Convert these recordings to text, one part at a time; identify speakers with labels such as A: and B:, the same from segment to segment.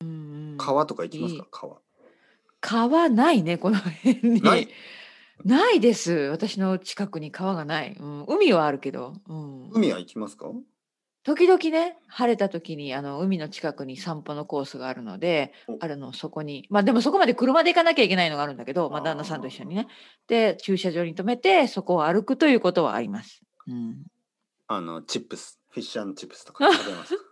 A: うんうん
B: 川とか行きますか川
A: 川ないねこの辺に
B: ない
A: ないです私の近くに川がない、うん、海はあるけど、うん、
B: 海は行きますか
A: 時々ね晴れた時にあの海の近くに散歩のコースがあるので
B: お
A: あるのそこにまあでもそこまで車で行かなきゃいけないのがあるんだけどまあ
B: あー
A: 旦那さんと一緒にねで駐車場に止めてそこを歩くということはあります、うん、
B: あのチップスフィッシュチップスと か食べますか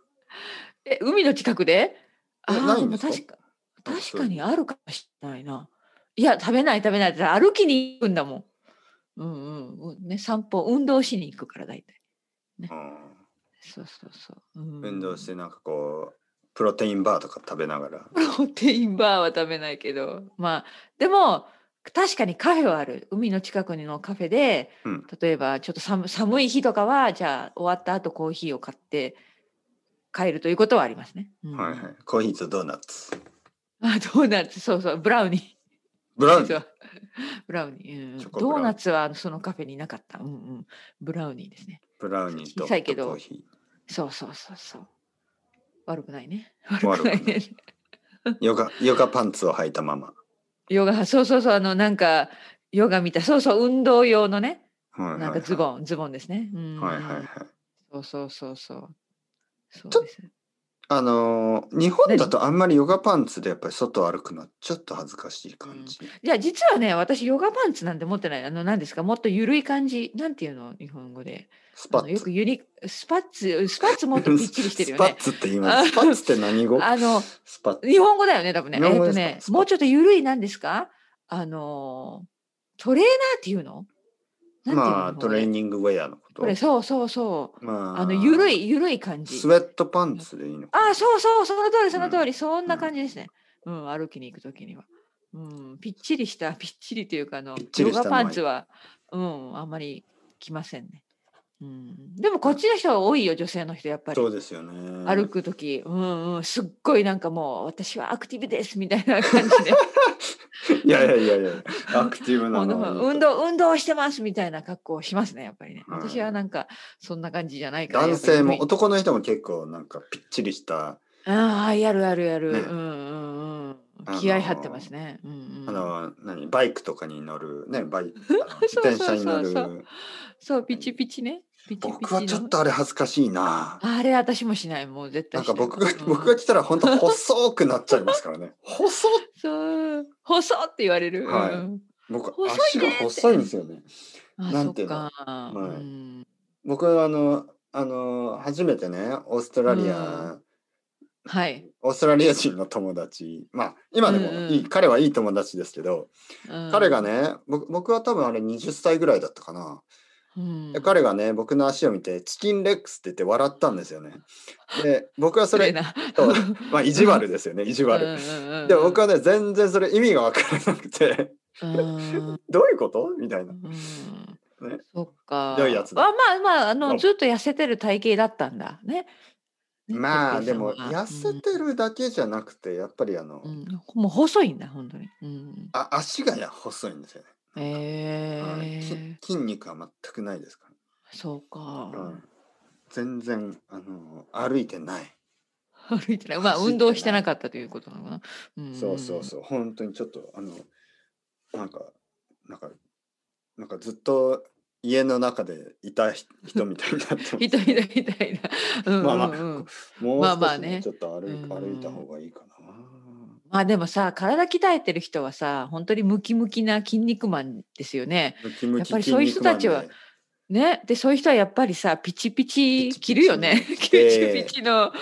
A: え海の近くであ
B: え
A: ー
B: ないんですか
A: 確か
B: あ
A: 確
B: そう
A: かにあるかもしれないないや食べない食べないだって歩きに行くんだもんうんうんうんね散歩運動しに行くから大体
B: うん
A: そうそうそう、うん
B: 運動してなんかこうプロテインバーとか食べながら
A: プロテインバーは食べないけどまあでも確かにカフェはある海の近くのカフェで、
B: うん
A: 例えばちょっと寒寒い日とかはじゃあ終わった後コーヒーを買って帰るということはありますね。うん
B: はいはいコーヒーとドーナツ
A: あドーナツそうそうブラウニー
B: ブラウニ
A: 実
B: ー
A: は ブラウニー、うん
B: チョコブラウ
A: ド
B: ニー
A: ーナツはそのカフェになかった、うんうん、ブラウニーですね。
B: ブラウニーと
A: 小さいけど
B: コーヒ
A: そうそうそうそう悪くないね
B: くない
A: 悪くないね
B: ーヨガヨガパンツを履いたまま
A: ヨガそうそうそうあのなんかヨガみたいそうそう運動用のね
B: はいはい
A: なん
B: は
A: か
B: い
A: ズボン、ズボンですね。うん
B: はいはいはい
A: そうそうそうそう。そう
B: ちょ
A: です。
B: あのー日本だとあんまりヨガパンツでやっぱり外歩くのはちょっと恥ずかしい感じ、
A: じゃあ実はね、私ヨガパンツなんて持ってない。あの何ですか、もっとゆるい感じ、なんていうの日本語で。
B: スパ
A: あの
B: ッ
A: よく
B: ツ
A: ユニスパッツ、スパッツもっとびっちりしてるよ
B: スパ
A: ね
B: ッ。ツって言いますスパッツって何語
A: あの
B: スパッツ
A: 日本語だよね、多分ね。
B: 日
A: えっ、
B: 本語
A: と
B: ですか
A: ね
B: ス、パ
A: もうちょっとゆるいなんですか？あのトレーナーっていうの？なんていうの
B: まあトレー
A: ング。
B: ニングウェアのこと
A: これそうそうそう。
B: まあ
A: あのゆるいゆるい感じ。
B: スウェットパンツでいいのかな
A: ああ、そうそう、その通り、その通り、そん
B: う
A: なん感じですね。うん、歩きに行くときには。うん、ぴっちりした、 ぴっちりというか、あの、
B: ぴっち
A: ヨ
B: りした
A: ガパンツは、うん、あんまり着ませんね。うん、でもこっちの人は多いよ、女性の人、やっぱり
B: そう。ですよね
A: 歩くとき、うんうん、すっごいなんかもう、私はアクティブですみたいな感じで、
B: いやいやいやいや、アクティブ
A: も
B: な
A: う
B: の
A: なんか運
B: 動
A: 動、運動してますみたいな格好をしますね、やっぱりね。
B: はい
A: 私はなんか、そんな感じじゃないから。
B: 男性も
A: やっぱり
B: 男の人も結構なんかぴっちりした、
A: ああ、やるやるやる。
B: ね
A: うんうん
B: あ
A: うん。
B: の
A: 気合入ってますね。うんうん、
B: あの何バイクとかに乗るねバイ ク自
A: そうそうそうそう
B: 転車に乗る
A: そう、ピチピチね。ピチピチの
B: 僕はちょっとあれ恥ずかしいな
A: あれ、私もしない。もう絶対
B: なん
A: しな
B: か
A: い。
B: 僕が
A: うん
B: 僕が来たら 本当細くなっちゃいますからね細っ
A: そう、細って言われる。
B: はい
A: うん
B: 僕
A: 細いね
B: 足が細いんですよね
A: あそ
B: なん
A: って
B: いうの
A: か。
B: はい
A: うん
B: 僕はあのあの初めてねオーストラリア、
A: はい。
B: オーストラリア人の友達まあ今でもいい、
A: うんうん
B: 彼はいい友達ですけど、
A: うん
B: 彼が、ね僕僕は多分あれ20歳ぐらいだったかな、
A: うん
B: で彼がね僕の足を見てチキンレックスって言って笑ったんですよね。で僕はそ
A: 失礼
B: れ
A: な
B: そうまあ意地悪ですよね意地悪。
A: うん
B: で僕はね全然それ意味が分からなくて
A: うんうん
B: どういうことみたいな。
A: うん
B: ね
A: そっか。
B: ひどいやつだ
A: あまあまあ、あ
B: ま
A: の、
B: あ
A: ずっと痩せてる体型だったんだね。ね
B: まあ
A: 哲平さ
B: で
A: ん
B: も
A: は
B: 痩
A: う
B: せ
A: ん
B: てるだけじゃなくてやっぱりあの、
A: うん、もう細いんだ本当に。うん、
B: あ足がや細いんですよね。
A: え
B: はい
A: ー
B: 筋筋肉は全くないですか
A: そうか、
B: ら、うん全然あの歩いてない、
A: 歩いてないまあ
B: 走ってない
A: 運動してなかったということなのかな。ん
B: そうそうそう本当にちょっとあのなんかなんかなんかずっと家の中でいた人人みたいになってます
A: 痛い痛い痛いな。うんうんうん
B: ま
A: ま
B: あ
A: あ
B: ま
A: ま
B: あ
A: あ、
B: もう
A: まあ
B: 少
A: まあ
B: し
A: ね
B: ねちょっと歩,、
A: うん
B: 歩いた方がいいかな
A: でもさ体鍛えてる人はさ本当にムキムキな筋肉マンですよね。
B: ムキムキ
A: やっぱりそういう人たちは
B: 筋肉
A: ねでそういう人はやっぱりさピチピチ
B: ピチピチ
A: 着るよね。 ピ
B: 着
A: チ
B: て
A: ピチの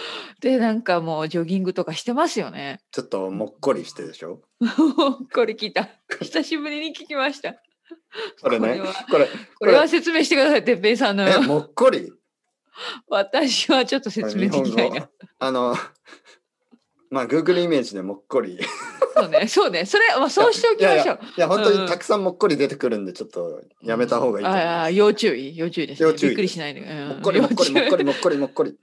A: でなんかもうジョギングとかしてますよね。
B: マンでちょっともっこりしてでしょ
A: これ聞い た久しぶりに聞きました。
B: これ
A: こ
B: ね
A: れは
B: これ
A: これは説明してください、てっぺいさんの。
B: えもっこり
A: 私はちょっと説明できない
B: 日本
A: な
B: 語。あの まあ Google イメージでもっこり
A: そうね、そうね、それ、まあ、そうしておきましょう。
B: いや本当
A: うん
B: にたくさんもっこり出てくるんでちょっとやめた方がいいと思います
A: ああ、要注意、要注意です、ね。
B: 要注意
A: びっくりしないで。うん
B: もっこりもっこりもっ こりもっこりもっこり。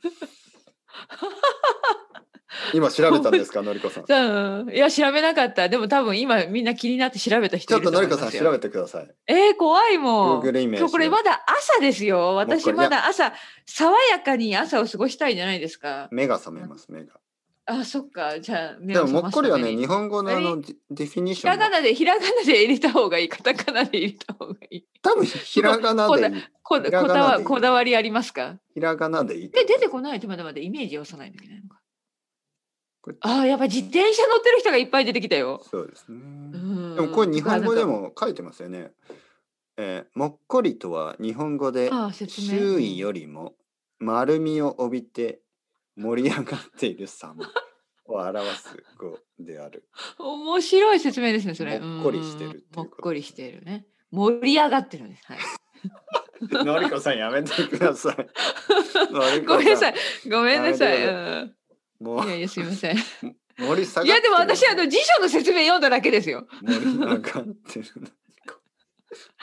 B: 今調べたんですか、のりこ さん。ち
A: うんいや、調べなかった。でも多分今みんな気になって調べた人
B: ょ
A: い
B: っ
A: る
B: と
A: と
B: の
A: 思
B: り
A: い
B: こ
A: ま
B: さん
A: す
B: 調
A: よ。
B: べてください。
A: えー、怖いもん。
B: Google イメージ
A: 今日これまだ朝ですよ。
B: っこり
A: 私まだ朝、爽やかに朝を過ごしたいじゃないですか。
B: 目が覚めます、目が。
A: あ、そっか。じゃあ、目
B: でも
A: を
B: も
A: 覚
B: っ
A: ま
B: こ
A: す
B: り
A: た
B: は
A: め
B: ね
A: に
B: 日本語のあ
A: あ
B: のディディフィニッ
A: ひ
B: ショ
A: ら
B: ン
A: が
B: が
A: なで、ひらがなで入れた方がいい。カタカナで入れた方がいい。
B: 多分ひらがなでいい
A: こだ
B: ひら
A: こ
B: が
A: だ
B: なで
A: わ
B: いい
A: こだわりありますか
B: ひらがなでいいと
A: で、
B: 思
A: 出
B: う
A: てこないとまだまだイメージを押さないといけないのか
B: これ。
A: ああ、やっぱ自転車乗ってる人がいっぱい出てきたよ。
B: そうです
A: う
B: ね、
A: ん
B: でもこれ日本語で。も書いてますよね、えーもっこりとは日本語で
A: ああ、説明。
B: 周囲よりも丸みを帯びて盛り上がっている様を表す語で ある。
A: 面白い説明ですね、それ。
B: もっこりしてるっていうこと
A: うんもっこりしてるね。盛り上がってるんです。はい。
B: のりこさんやめてください。 のりこ
A: ごめんなさい。ごめんなさい。
B: や
A: うん
B: も
A: いやいや、すいません。いう
B: 盛り下がってる
A: や、でも私、あの、辞書の説明読んだだけですよ。
B: 盛り上がっ てる。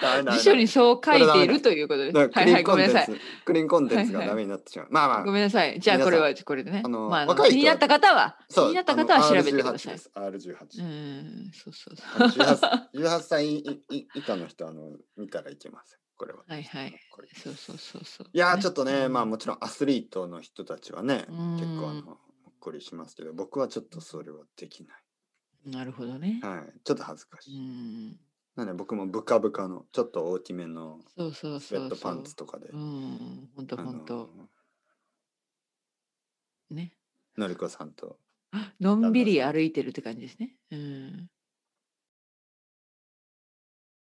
B: ダメだ。
A: 辞書にそう書いているということです。
B: だ
A: は
B: からク
A: いは
B: リーン
A: い、
B: コ
A: ご
B: ン
A: め
B: テ
A: ん
B: ン
A: な
B: ツ、
A: さい。
B: クリーンコンテンツがダメになってしまう。まあまあ
A: ごめんなさい。じゃあ、
B: 皆
A: こ
B: さん
A: れはこれでね。
B: あの
A: まああの、
B: 若
A: 気
B: い人
A: になった方は、気
B: そう
A: になった方は調べてください。
B: あの R18 です。
A: う
B: R18。
A: ん、そうそう
B: あの
A: そう。
B: 18 18歳いい 以下の人あの見たらいけません。これは。
A: はいはい
B: これ。
A: そうそうそうそう。
B: いやーちょっとね、まあ
A: うん
B: もちろんアスリートの人たちはね、
A: うん
B: 結構あの、ほっこりしますけど、僕はちょっとそれはできな
A: なるほどね。
B: い。はい、ちょっと恥ずか
A: う
B: しい。
A: ん。
B: なんで僕もブカブカの、ちょっと大きめの
A: そうそう
B: スウ
A: そう
B: ェ
A: そう。
B: ットパンツとかで、
A: うん、本当
B: あの
A: 本当ね。
B: のりこさんと、
A: のんびり歩いてるって感じですね。うん。